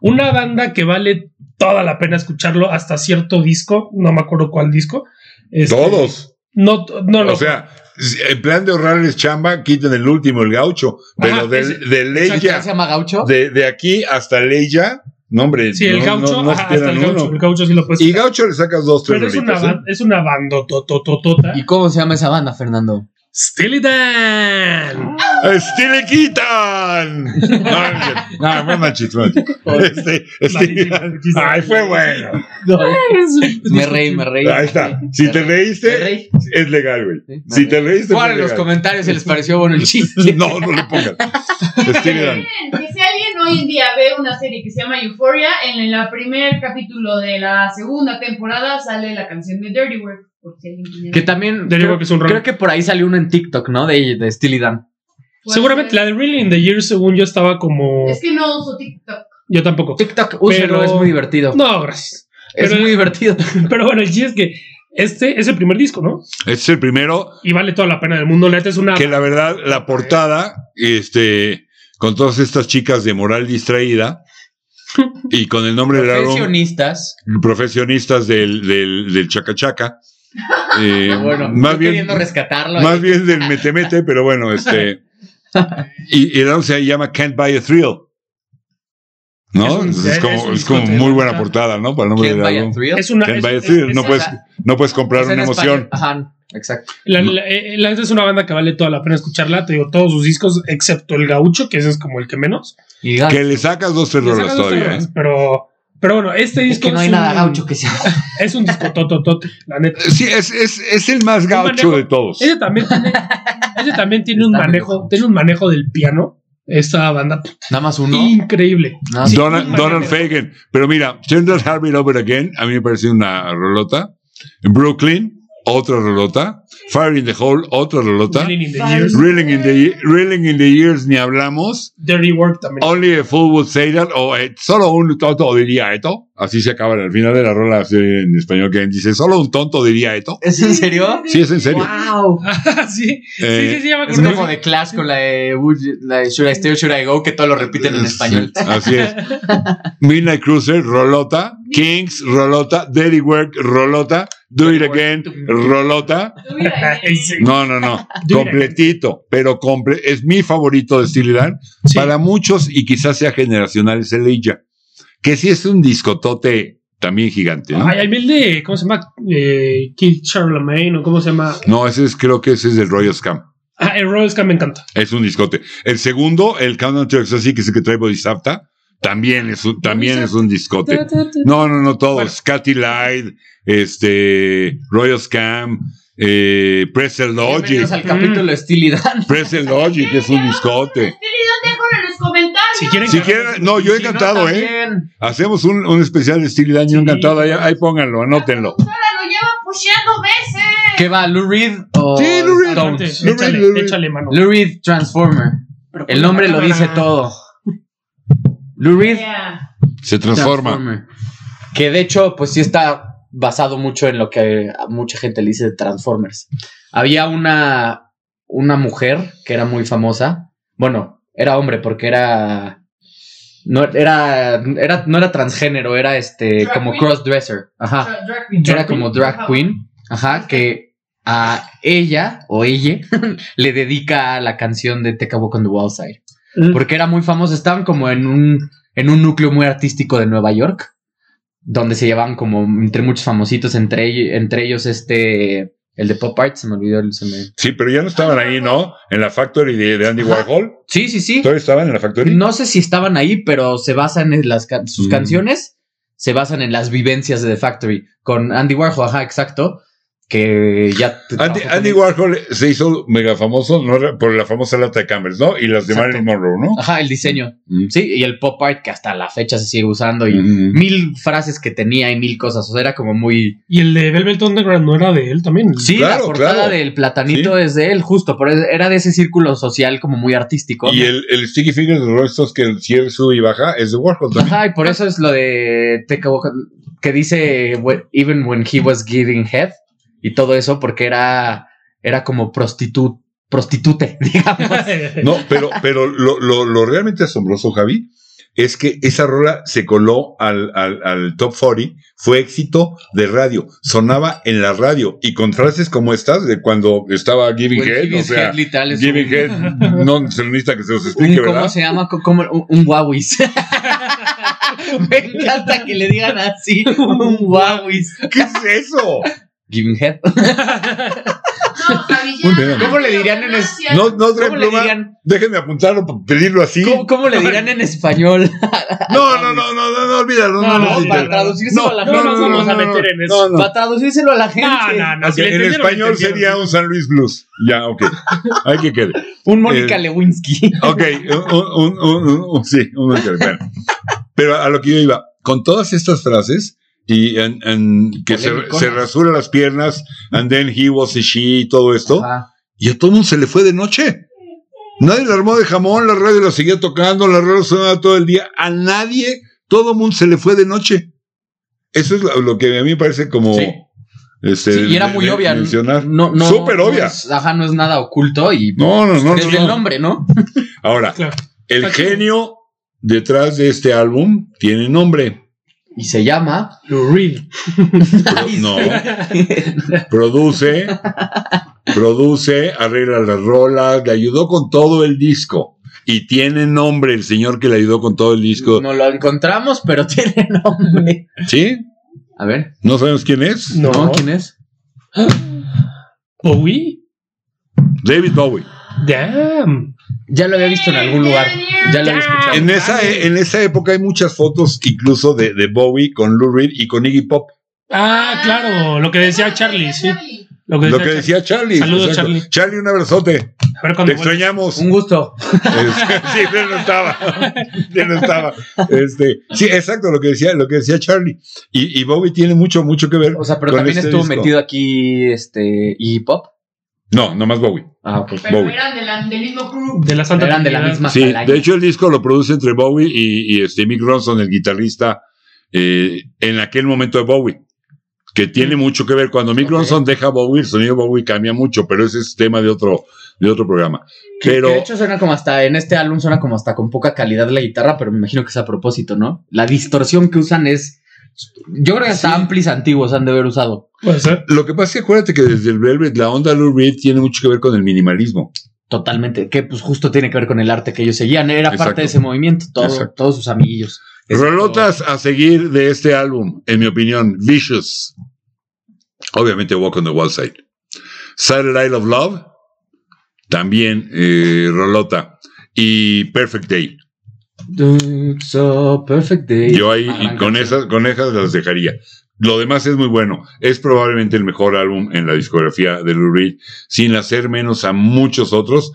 Una banda que vale toda la pena escucharlo hasta cierto disco, no me acuerdo cuál disco. este, Todos. No, t- no, no. O sea, si- en plan de ahorrarles chamba, quiten el último, el gaucho. Pero Ajá, de, ese. de ¿Qué Leia, se llama Gaucho? de, de aquí hasta Leia, no, hombre. sí, el no- gaucho, no- no ajá, hasta esperan el gaucho. uno. El gaucho sí lo puedes Y gaucho le sacas dos, tres ¿eh? Pero es una, rolitas, ban- es una bandotototota. ¿Y cómo se llama esa banda, Fernando? Steely Dan. Ah, ¿eh? ¡Este le quitan! No, no, no, fue machis, fue machis. Este, este- Malísimo. Ay, fue bueno. Me reí, me reí. Ahí está. Si te Me reíste, reí. es legal, güey. Sí, me Si reí. te reíste, Pongan fue en los legal. comentarios si les pareció bueno el chiste. No, Este, no le pongan. Steely Dan. Bien, Que si alguien hoy en día ve una serie que se llama Euphoria, en el primer capítulo de la segunda temporada sale la canción de Dirty Work. por si alguien tiene- Que también. Yo digo Creo, que es un creo rol. que por ahí salió uno en TikTok, ¿no? De, de Steely Dan. pues, eh. Seguramente la de Really in the Year, según yo, estaba como. Es que no uso TikTok. Yo tampoco. TikTok, úselo, Pero- es muy divertido. No, gracias. es pero- muy divertido. Pero bueno, el chiste es que este es el primer disco, ¿no? Este es el primero. Y vale toda la pena del mundo. Neta es una. que la verdad, la portada, este, con todas estas chicas de moral distraída y con el nombre del álbum Profesionistas. Profesionistas del, del, del Chaca Chaca. eh, ah, Ah, Bueno, más estoy bien, queriendo rescatarlo. más bien del Metemete, pero bueno, este. Y, y el álbum se llama Can't Buy a Thrill. ¿No? Es un- Entonces es es como, un es como disco de muy la buena portada. portada, ¿no? Para el nombre ¿Quién del vaya álbum. thrill? Es una. Can't es- buy a es- thrill. es- No puedes, no puedes comprar Pues en una español. emoción. Ajá, exacto. La, la- eh, la neta es una banda que vale toda la pena escucharla. Te digo, todos sus discos, excepto el Gaucho, que ese es como el que menos. Y Gaucho. Que le sacas dos tres Le rolas sacan dos todavía. temas, Pero, pero bueno, este Es disco. que no hay un- nada gaucho que sea. Es un disco tototote, la neta. ¿eh? Sí, es, es, es el más Un gaucho manejo- de todos. Ella también tiene, ella también tiene un Está medio manejo, gaucho. tiene un manejo del piano. Esta banda Nada más uno. increíble. Nada más- Sí, Donald, muy Donald mañanero. Fagan. Pero mira, Turn That Heartbeat Over Again, a mí me pareció una rolota. Brooklyn, otra rolota. Fire in the Hole, otra rolota. Feeling in the Vale. Years, Reeling in the, Ye- Reeling in the Years, ni hablamos. Dirty Work también. Only a Fool Would Say That, o eh, solo un tonto diría esto. Así se acaba al final de la rola así en español que dice, solo un tonto diría esto. ¿Es en serio? Sí, es en serio. ¡Wow! Ah, sí, sí, sí, Eh, sí, ya me Es acordé. como de Clash con la de, Would- la de Should I Stay or Should I Go, que todos lo repiten en español. Sí, Así es. Midnight Cruiser, Rolota. Kings, Rolota. Dirty Work, Rolota. Do It Again, Rolota. Tuviera- Ay, sí. No, no, no. Do It Completito. Pero comple- es mi favorito de Steely Dan. Sí. Para muchos, y quizás sea generacional, es el Ella. Que sí es un discotote también gigante, ¿no? Ay, ay, el de, ¿cómo se llama? Eh, Kid Charlemagne, o ¿cómo se llama? No, ese es, creo que ese es del Royal Scam. Ah, el Royal Scam me encanta. Es un discote. El segundo, el Countdown to Ecstasy, que es el que trae Bodhisattva, también es un, también es un discote. No, no, no, todos. Bueno. Cathy Light, este, Royal Scam, eh, Presel Bienvenidos Logic. al capítulo Steely Dan. Presel Logic es un discote. Déjalo en los comentarios. Si quieren, Si quieren, Ah, no, yo he Si no, encantado, ¿eh? también. Hacemos un, un especial de Steely Dan, yo Sí. encantado. Ahí, ahí pónganlo, anótenlo. Anótalo lleva pusheando meses. ¿Qué va? ¿Lou Reed o Sí, Lou Reed. Stones? Lou Échale, Reed, Lou Reed. échale mano. Lou Reed Transformer. Pero El con nombre la lo cámara. dice todo. Lou Reed Yeah. Se transforma. Transformer. Que de hecho, pues sí está basado mucho en lo que a mucha gente le dice de Transformers. Había una, una mujer que era muy famosa. Bueno, era hombre porque era. No era, era, no era transgénero, era este Drag como queen. crossdresser. Ajá. Dra- Drag queen. Ah. era como drag queen. Ajá. Que a ella o ella le dedica la canción de Take a Walk on the Wild Side Mm. porque era muy famoso. Estaban como en un, en un núcleo muy artístico de Nueva York, donde se llevaban como entre muchos famositos, entre, ell- entre ellos este, el de Pop Art, se me olvidó el... se me- Sí, pero ya no estaban ahí, ¿no? En la Factory de, de Andy Ajá. Warhol. Sí, sí, sí. ¿Todavía estaban en la Factory? No sé si estaban ahí, pero se basan en las can- sus Mm. canciones, se basan en las vivencias de The Factory, con Andy Warhol, ajá, exacto, que ya... Andy, trabajó con Andy él. Warhol se hizo mega famoso ¿no? por la famosa lata de Campbell's, ¿no? Y las de Exacto. Marilyn Monroe, ¿no? Ajá, el diseño. Mm. Sí, y el pop art que hasta la fecha se sigue usando y Mm. mil frases que tenía y mil cosas. O sea, era como muy... Y el de Velvet Underground no era de él también. Sí, la Claro, portada claro. del platanito es de él, justo, pero es- era de ese círculo social como muy artístico. Y el, el sticky figure de los Stones que cierre, sube y baja es de Warhol también. Ajá, y por eso es lo de Take a Walk- que dice "When- Even when he was giving head y todo eso, porque era, era como prostitu- prostitute, digamos. No, pero, pero lo, lo- lo realmente asombroso, Javi, es que esa rola se coló al, al- al top 40, fue éxito de radio, sonaba en la radio y con frases como estas de cuando estaba Giving When he Head, o gives sea, Pues head, literal, es Giving un- Head, no se necesita que se los un- explique, ¿Cómo ¿verdad? se llama? Co- Como un, un Huawei's. Me encanta que le digan así, un Huawei's. ¿Qué es eso? Giving head. No, Javi, Muy bien. ya. ¿Cómo le dirían en es- Gracias. No, no, trae ¿Cómo le pluma. dirían? Déjenme apuntarlo para pedirlo así. ¿Cómo, cómo le dirán en español? No, no, no, no, no, no, olvídalo. No, No, no, no, sí, para te- traducírselo a la no gente. nos vamos a meter en eso. No, no. Para traducírselo a la gente. No, no, no. Ok, si le en entendieron, le español entendieron. sería un San Luis Blues. Ya, ok. Hay que quede. Un Mónica El- Lewinsky. Ok, un, un- un- un- un- sí, un Oscar, bueno. Pero a lo que yo iba, con todas estas frases y en, en que se, Polemiconas. se rasura las piernas, and then he was a she y todo esto, Ajá. y a todo el mundo se le fue de noche. Nadie la armó de jamón, la radio la seguía tocando, la radio sonaba todo el día. A nadie, todo el mundo se le fue de noche. Eso es lo, lo que a mí me parece como... Sí. este, Sí, y era de- muy de obvia. mencionar. No, no, Súper no obvia. es- ajá, no es nada oculto y No, no, no. es no, el no. nombre, ¿no? Ahora, Ah, Claro. el Está chido. genio detrás de este álbum tiene nombre. Y se llama. Lou Reed. Pro- no, produce, produce, arregla las rolas, le ayudó con todo el disco. Y tiene nombre el señor que le ayudó con todo el disco. No lo encontramos, pero tiene nombre. ¿Sí? A ver. ¿No sabemos quién es? No. ¿no? ¿Quién es? Bowie. David Bowie. Damn. Ya lo había visto en algún lugar. Ya lo había escuchado. En esa, e- en esa época hay muchas fotos incluso de, de Bowie con Lou Reed y con Iggy Pop. Ah, claro. Lo que Ah, decía Charlie, sí. Lo que Lo decía, que decía Charlie. Charlie. Saludos, exacto. Charlie. Charlie, un abrazote. A ver Te cuando vuelva. extrañamos. Un gusto. Es- Este, sí, ya no estaba. Ya no estaba. Este, sí, exacto, lo que decía, lo que decía Charlie. Y, y Bobby tiene mucho, mucho que ver. O sea, pero Con también este estuvo disco. metido aquí este hip hop. No, nomás Bowie. Ah, ok. Pero Bowie. eran de la- del mismo crew. de la Santa Eran de la Trinidad. misma Sí, calaña. de hecho el disco lo produce entre Bowie y, y, este Mick Ronson, el guitarrista, eh, en aquel momento de Bowie. Que tiene mucho que ver. Cuando Mick Mm. Ok. Ronson deja a Bowie, el sonido de Bowie cambia mucho, pero ese es tema de otro, de otro programa. Que- Pero que de hecho suena como hasta, en este álbum suena como hasta con poca calidad la guitarra, pero me imagino que es a propósito, ¿no? La distorsión que usan es, yo creo que hasta amplis antiguos han de haber usado. Puede ser. lo que pasa es que acuérdate que desde el Velvet, la onda Lou Reed tiene mucho que ver con el minimalismo. Totalmente, que pues justo tiene que ver con el arte que ellos seguían, era Exacto. parte de ese movimiento, todo- Exacto. todos sus amiguillos. Este, Exacto. Rolotas a seguir de este álbum, en mi opinión, Vicious. Obviamente Walk on the Wild Side. Saturday Night of Love, también eh, Rolota. Y Perfect Day. It's a perfect day. Yo ahí y Arranca con así. esas, con esas las dejaría. Lo demás es muy bueno. Es probablemente el mejor álbum en la discografía de Lou Reed, sin hacer menos a muchos otros.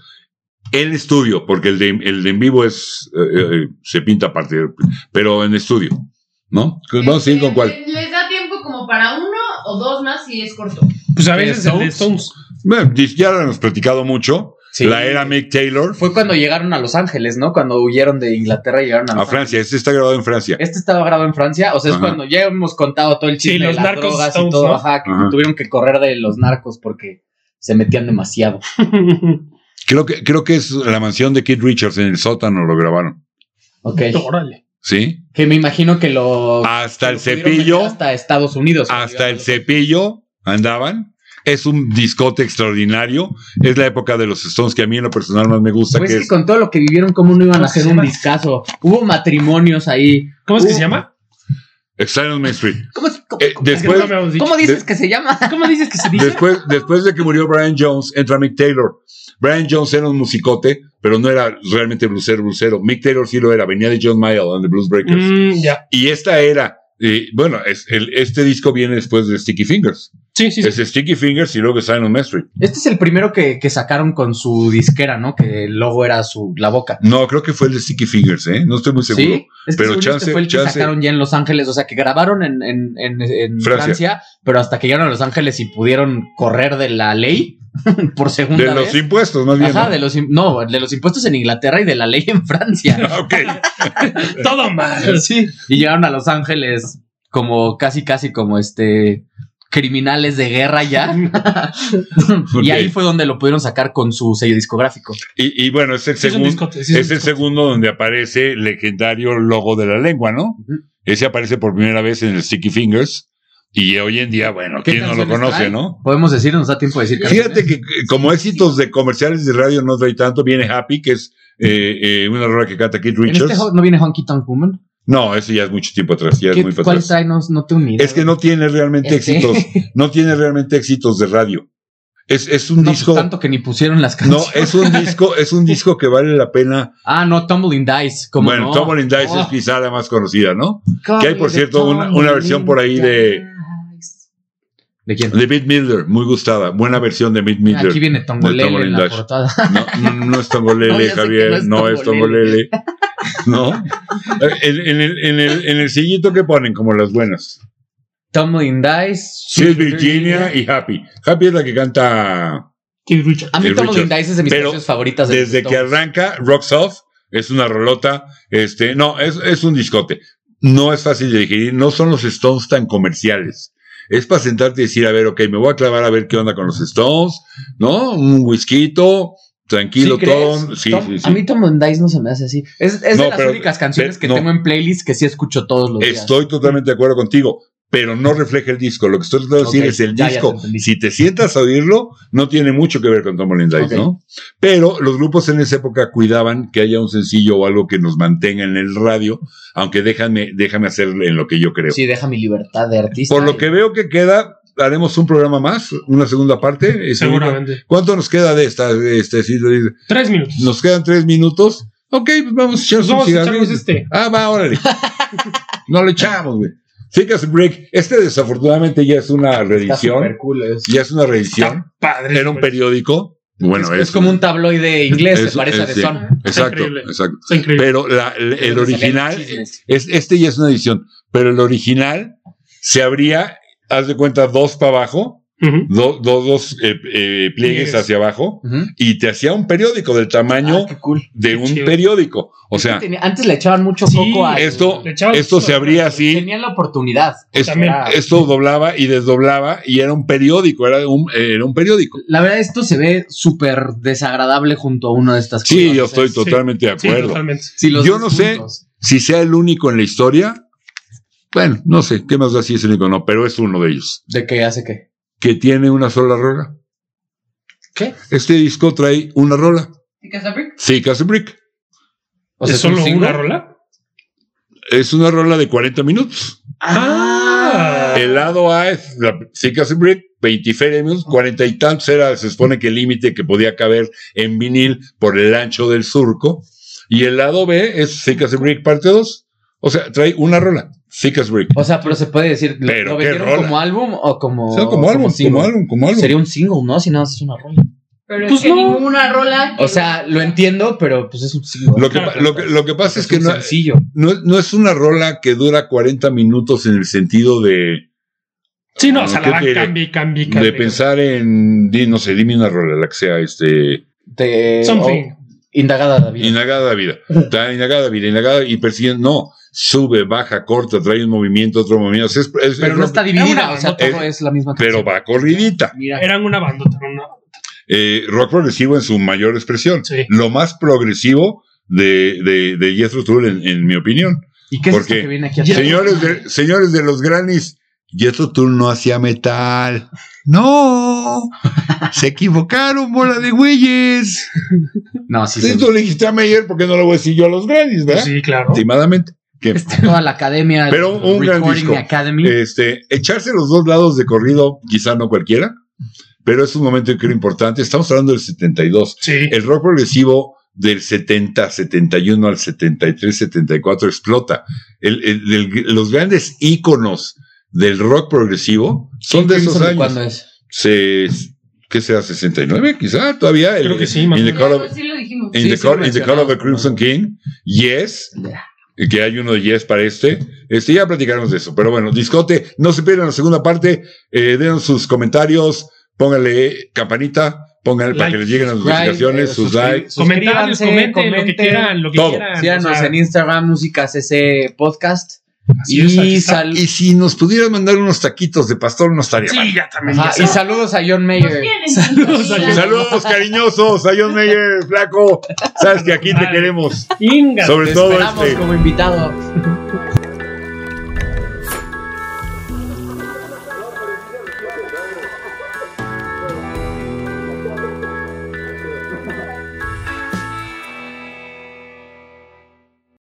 En estudio, porque el de, el de en vivo es eh, eh, se pinta Eh, aparte, pero en estudio, ¿no? Pues vamos a seguir con cuál. Les da tiempo como para uno o dos más si es corto. Pues a Este, veces el de Stones? Stones. Bueno, ya lo hemos platicado mucho. Sí. La era Mick Taylor Fue cuando llegaron a Los Ángeles, ¿no? Cuando huyeron de Inglaterra y llegaron a, a Los Francia. Este está grabado en Francia. Este estaba grabado en Francia, o sea, es Ajá. cuando ya hemos contado todo el Sí, chisme de los las narcos drogas y Stones, todo, ¿no? ajá, que Ajá. tuvieron que correr de los narcos porque se metían demasiado. Creo que, creo que es la mansión de Kid Richards en el sótano lo grabaron. Ok. Órale. ¿Sí? Que me imagino que lo Hasta que el lo pudieron meter cepillo. hasta Estados Unidos. hasta el Digamos. cepillo andaban. Es un discote extraordinario. Es la época de los Stones que a mí en lo personal más me gusta. Pues que es que es con todo lo que vivieron, ¿cómo no iban a ¿Cómo se hacer un llama? discazo? Hubo matrimonios ahí. ¿Cómo es que Uh, se llama? Exile on Main Street. ¿Cómo, es- cómo- Eh, cómo- después- no me habíamos dicho. cómo dices de- que se llama? ¿Cómo dices que se dice? Después, después de que murió Brian Jones, entra Mick Taylor. Brian Jones era un musicote, pero no era realmente blusero, blusero. Mick Taylor sí lo era. Venía de John Mayall and the Blues Breakers. Mm, ya. Y esta era. eh, bueno, es- el- este disco viene después de Sticky Fingers. Sí, sí, sí. Es Sticky Fingers y luego Exile on Main Street. Este es el primero que, que sacaron con su disquera, ¿no? Que el logo era su la boca. No, creo que fue el de Sticky Fingers, ¿eh? No estoy muy seguro. Sí, es que Pero según yo, chance- este fue el que chance- sacaron ya en Los Ángeles, o sea, que grabaron en, en- en- en Francia. Francia. pero hasta que llegaron a Los Ángeles y pudieron correr de la ley por segunda De los vez. impuestos, más bien. Ajá, ¿no? de los im- no, de los impuestos en Inglaterra y de la ley en Francia. Ah, ok. Todo mal. Sí. y llegaron a Los Ángeles como casi casi como este criminales de guerra ya. Ok. Y ahí fue donde lo pudieron sacar con su sello discográfico. Y, y bueno, es el Sí, es un segundo. discote. sí, es Es un el segundo donde aparece el legendario logo de la lengua, ¿no? Ujú. Ese aparece por primera vez en el Sticky Fingers. Y hoy en día, bueno, ¿Qué ¿quién no lo canciones conoce, trae? no? Podemos decir, nos da tiempo de decir. Fíjate que eh, como éxitos de comerciales de radio no doy tanto, viene Happy, que es eh, eh, una rola que canta Keith ¿En este Richards. jo- no viene Honky Tonk Woman? no, eso ya es mucho tiempo atrás, ya es ¿Qué- muy para ¿Cuál atrás. trae? No, no tengo ni idea. Es que no tiene realmente Este. éxitos, no tiene realmente éxitos de radio. Es, es un No, pues, disco, tanto que ni pusieron las no, canciones. es un disco, es un disco que vale la pena Ah, no, Tumbling Dice. ¿cómo bueno, no? Tumbling Dice Oh, es quizá la más conocida, ¿no? God, que hay, por de cierto, una- una versión por ahí de- ¿De quién? De Bit Miller, muy gustada. Buena versión de Bit Miller. Aquí viene Tongolele Tumbling en la Dice. portada. No, no, no es Tongolele, No, ya sé que no Javier. es No es Tongolele. Tongolele. No. En, en el, en, el, en el sillito que ponen, como las buenas. Tumbling Dice. Sí, es Virginia y Happy. Happy es la que canta Keith Richards. A mí el Tumbling Richard. Dice es de mis Pero canciones favoritas. de desde los que Stones. arranca Rocks Off. Es una rolota. Este, no, es, es un discote. No es fácil de digerir. No son los Stones tan comerciales. Es para sentarte y decir, a ver, ok, me voy a clavar a ver qué onda con los Stones, ¿no? Un whisky, tranquilo, ¿Sí crees? todo. Sí, Tom- sí, sí. A mí Tumbling Dice no se me hace así. Es, es No, de las pero- únicas canciones pero- que no. tengo en playlist que sí escucho todos los días. Estoy totalmente de acuerdo contigo, pero no refleja el disco. Lo que estoy tratando de Ok, decir es el ya, ya te disco. entendí. si te sientas a oírlo, no tiene mucho que ver con Tom Dice, Ok. ¿no? Pero los grupos en esa época cuidaban que haya un sencillo o algo que nos mantenga en el radio, aunque déjame, déjame hacer en lo que yo creo. Sí, deja mi libertad de artista. Por lo que veo que queda, haremos un programa más, una segunda parte. eh, Seguramente. ¿Cuánto nos queda de esta? de este, sí, de- Tres minutos. nos quedan tres minutos. Ok, pues vamos a echarnos Nos un vamos a cigarrillo. echarnos este. Ah, va, órale. no le echamos, güey. Fíjate, break. Este desafortunadamente ya es una Está reedición. súper cool, es- Ya es una reedición. Está padre. Era un periódico. Bueno, es, es como un tabloide inglés, es- se parece es- de sí. Ah, Son. este, Exacto, Increíble. exacto. Está increíble. Pero la- el, el Donde salían original, chismes. es, este ya es una edición, pero el original se abría, haz de cuenta, dos para abajo, Ujú. do- dos, dos eh, eh, pliegues Pliegues. hacia abajo, Ujú. y te hacía un periódico del tamaño Ah, qué cool. de un chido. periódico. O sea, Tenía- antes le echaban mucho Sí, coco a esto, Le echaba esto se mucho- abría así. tenían la oportunidad. Es- También. Era- Esto doblaba y desdoblaba y era un periódico, era un, era un periódico. la verdad, esto se ve súper desagradable junto a una de estas Sí, cosas. yo O sea, estoy totalmente de Sí, acuerdo. totalmente. si los yo ves no sé. juntos. si sea el único en la historia, bueno, no sé, qué más da si es el único o no, pero es uno de ellos, ¿De qué hace qué? que tiene una sola rola. ¿Qué? Este disco trae una rola, Thick as a Brick. O ¿Es solo un una single? rola? Es una rola de 40 minutos. Ah. El lado A es la Thick as a Brick, 20 minutos, 40 y tantos era, se supone que el límite que podía caber en vinil por el ancho del surco. Y el lado B es Thick as a Brick parte 2. O sea, trae una rola, Thick as a Brick. O sea, pero se puede decir, ¿lo, Pero lo qué vendieron rola. como álbum o Oh, como. O sea, como álbum, single? como álbum, como álbum. Sería un single, ¿no? Si nada más es una rola. Pero Pues es que no. ninguna rola. que- O sea, lo entiendo, pero pues es un single. Lo que, Claro, pa- lo, que, lo que pasa es que un no, sencillo. no, no es una rola que dura 40 minutos en el sentido de Sí, no, No, o sea, la creo va que cambi, cambi, cambi. De pensar en, di- no sé, dime una rola, la que sea, este, De, Something. o- indagada, David. inagada vida, ta- inagada vida, inagada y persiguiendo, no, sube, baja, corta, trae un movimiento, otro movimiento, o sea, es- es- pero es no rock, está dividida, Era una o sea, bandota. todo es la misma pero canción. va corridita. Mira, Eran una bandota, eran una- Eh, rock progresivo en su mayor expresión, Sí. lo más progresivo de, de, de Jethro Tull, en, en mi opinión. ¿y qué es esto porque- que viene aquí atrás? Señores de, señores de los Grammys, Jethro Tull no hacía metal. No, se equivocaron, bola de güeyes. No, sí, Sí, sí. tú le dijiste a Meyer porque no lo voy a decir yo a los Grammys, ¿verdad? Sí, claro. Estimadamente. Que, Está toda la academia. Pero un gran Recording disco. Academy. este, echarse los dos lados de corrido, quizá no cualquiera, pero es un momento que era importante. Estamos hablando del 72. Sí. El rock progresivo del 70, 71 al 73, 74 explota. El- el- el- los grandes íconos del rock progresivo son de esos Crimson, años. ¿Cuándo es? Se, ¿Qué será? ¿69 quizá? Todavía. el- Creo que sí, más In the o Call of- Sí lo dijimos. In Sí, the sí, Call- lo In the Call of the mencionamos. Crimson King, Yes, que hay uno de Yes para este. Este, ya platicaremos de eso. Pero bueno, discote, no se pierdan la segunda parte. Eh, den sus comentarios, pónganle campanita, pónganle para Like, que les lleguen las notificaciones, Right, eh, sus suscri- likes. Comentarios, suscríbanse, comenten, lo que comenten, quieran, lo que todo. quieran. Síganos o sea, en Instagram, Músicas ese Podcast. así es, así Y, está. sal- Y si nos pudieran mandar unos taquitos de pastor, no estaría mal. Sí, ya también. Ajá, ya y sabes. saludos a John Nos Mayer. Pues tienen Saludos a sintonía. Jesús. Saludos cariñosos a John Mayer, flaco. Sabes que aquí te Vale. queremos. Inga. Sobre Te todo esperamos este. como invitado.